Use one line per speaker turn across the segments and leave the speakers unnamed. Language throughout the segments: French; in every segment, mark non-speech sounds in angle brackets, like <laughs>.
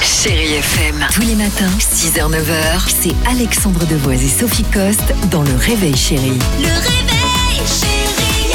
Chérie FM.
Tous les matins, 6h, 9h, c'est Alexandre Devoise et Sophie Coste dans Le Réveil Chérie.
Le réveil, chérie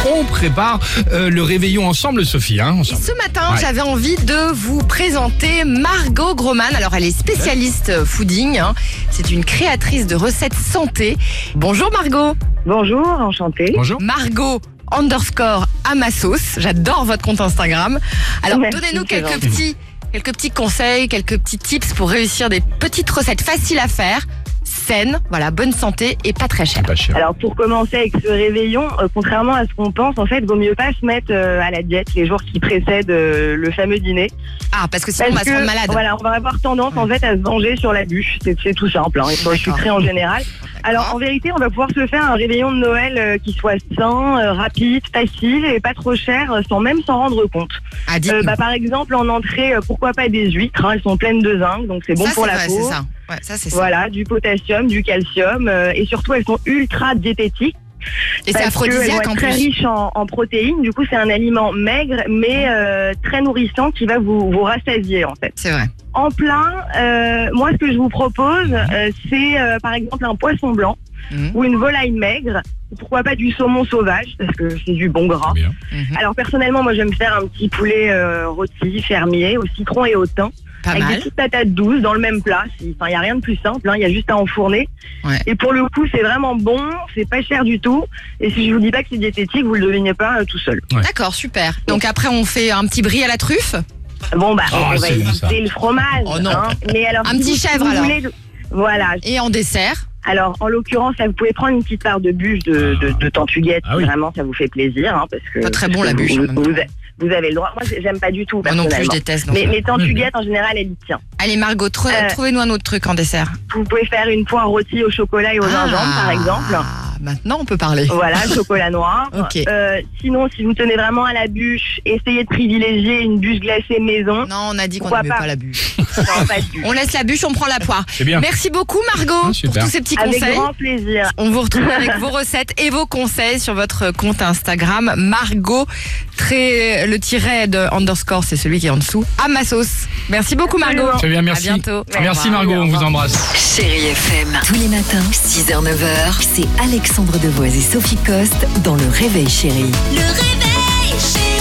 FM.
On prépare euh, le réveillon ensemble, Sophie. Hein, ensemble.
Ce matin,
Ouais.
j'avais envie de vous présenter Margot Groman. Alors, elle est spécialiste euh, fooding. hein. C'est une créatrice de recettes santé. Bonjour Margot.
Bonjour, enchantée.
Bonjour.
Margot underscore Amassos. J'adore votre compte Instagram. Alors,
Merci,
donnez-nous
c'est
quelques
gentil.
petits, quelques petits conseils, quelques petits tips pour réussir des petites recettes faciles à faire, saines, voilà, bonne santé et pas très chères.
Pas cher.
Alors pour commencer avec ce réveillon, euh, contrairement à ce qu'on pense, en fait, vaut mieux pas se mettre euh, à la diète les jours qui précèdent euh, le fameux dîner.
Ah, parce que sinon, on va
Parce
se rendre
que,
malade.
Voilà, on va avoir tendance en fait à se venger sur la bûche. C'est c'est tout simple. Hein. Ils sont
D'accord.
sucrés en général. Alors en vérité, on va pouvoir se faire un réveillon de Noël euh, qui soit sain, euh, rapide, facile et pas trop cher, euh, sans même s'en rendre compte.
Ah, dites
Euh, bah, par exemple, en entrée, euh, pourquoi pas des huîtres hein, Elles sont pleines de zinc, donc c'est bon
ça,
pour
c'est
la
vrai,
peau.
c'est ça. Ouais, ça, c'est ça.
Voilà, du potassium, du calcium, euh, et surtout elles sont ultra diététiques.
Et c'est
parce qu'elles vont
aphrodisiaque
être
en
très
plus.
riche en, en protéines. Du coup, c'est un aliment maigre, mais euh, très nourrissant qui va vous, vous rassasier en fait.
C'est vrai.
En plein, euh, moi, ce que je vous propose, euh, c'est euh, par exemple un poisson blanc
Mhm.
ou une volaille maigre. ou Pourquoi pas du saumon sauvage parce que c'est du bon gras.
Bien.
Mhm.
Alors personnellement, moi, je vais me faire un petit poulet euh, rôti fermier au citron et au thym
Pas
avec
mal.
des petites patates douces dans le même plat. Si- Enfin, il n'y a rien de plus simple, hein, il y a juste à enfourner.
Ouais.
Et pour le coup, c'est vraiment bon, c'est pas cher du tout. Et si je vous dis pas que c'est diététique, vous le devinez pas euh, tout seul.
D'accord, super. Donc après, on fait un petit bris à la truffe.
Bon, bah,
Oh,
on va
c'est bon, ça.
éviter le fromage. hein.
Oh, non.
Mais alors,
Un
si
petit
vous- si
chèvre,
vous
alors.
voulez- Voilà.
Et en dessert,
Alors, en l'occurrence, là, vous pouvez prendre une petite part de bûche de, de, de tantuguette.
Ah oui.
Vraiment, ça vous fait plaisir. hein, parce que
Pas très bon, la
vous-
bûche, en
Vous,
même temps.
vous a- vous avez le droit. Moi, j'ai- j'aime pas du tout.
moi non plus, je
personnellement.
déteste. donc.
Ah,
mais, mais tantuguette, en général, elle y tient.
Allez, Margot, tr-
Euh,
trouvez-nous un autre truc en dessert.
Vous pouvez faire une poire rôtie au chocolat et au gingembre, par exemple.
Ah, Maintenant, on peut parler.
<laughs> Voilà, chocolat noir.
Ok.
Euh, sinon, si vous tenez vraiment à la bûche, essayez de privilégier une bûche glacée maison.
Non, on a dit qu'on
Pourquoi
n'aimait
pas
pas la bûche.
Non, pas de
<laughs>
bûche.
On laisse la bûche, on prend la poire.
C'est bien.
Merci beaucoup,
Ah,
Margot, pour
super.
tous ces petits
Avec
conseils.
grand plaisir.
On vous retrouve avec vos recettes et vos conseils sur votre compte Instagram. Margot, très, le tiret de underscore, c'est celui qui est en dessous. À ma sauce. Merci beaucoup, Margot.
Absolument.
Très bien, merci.
À bientôt.
Merci Margot, on vous embrasse.
Chérie FM.
Tous les matins, 6h, 9h, c'est Alexandre Devoise et Sophie Coste dans Le Réveil Chérie.
Le réveil, chérie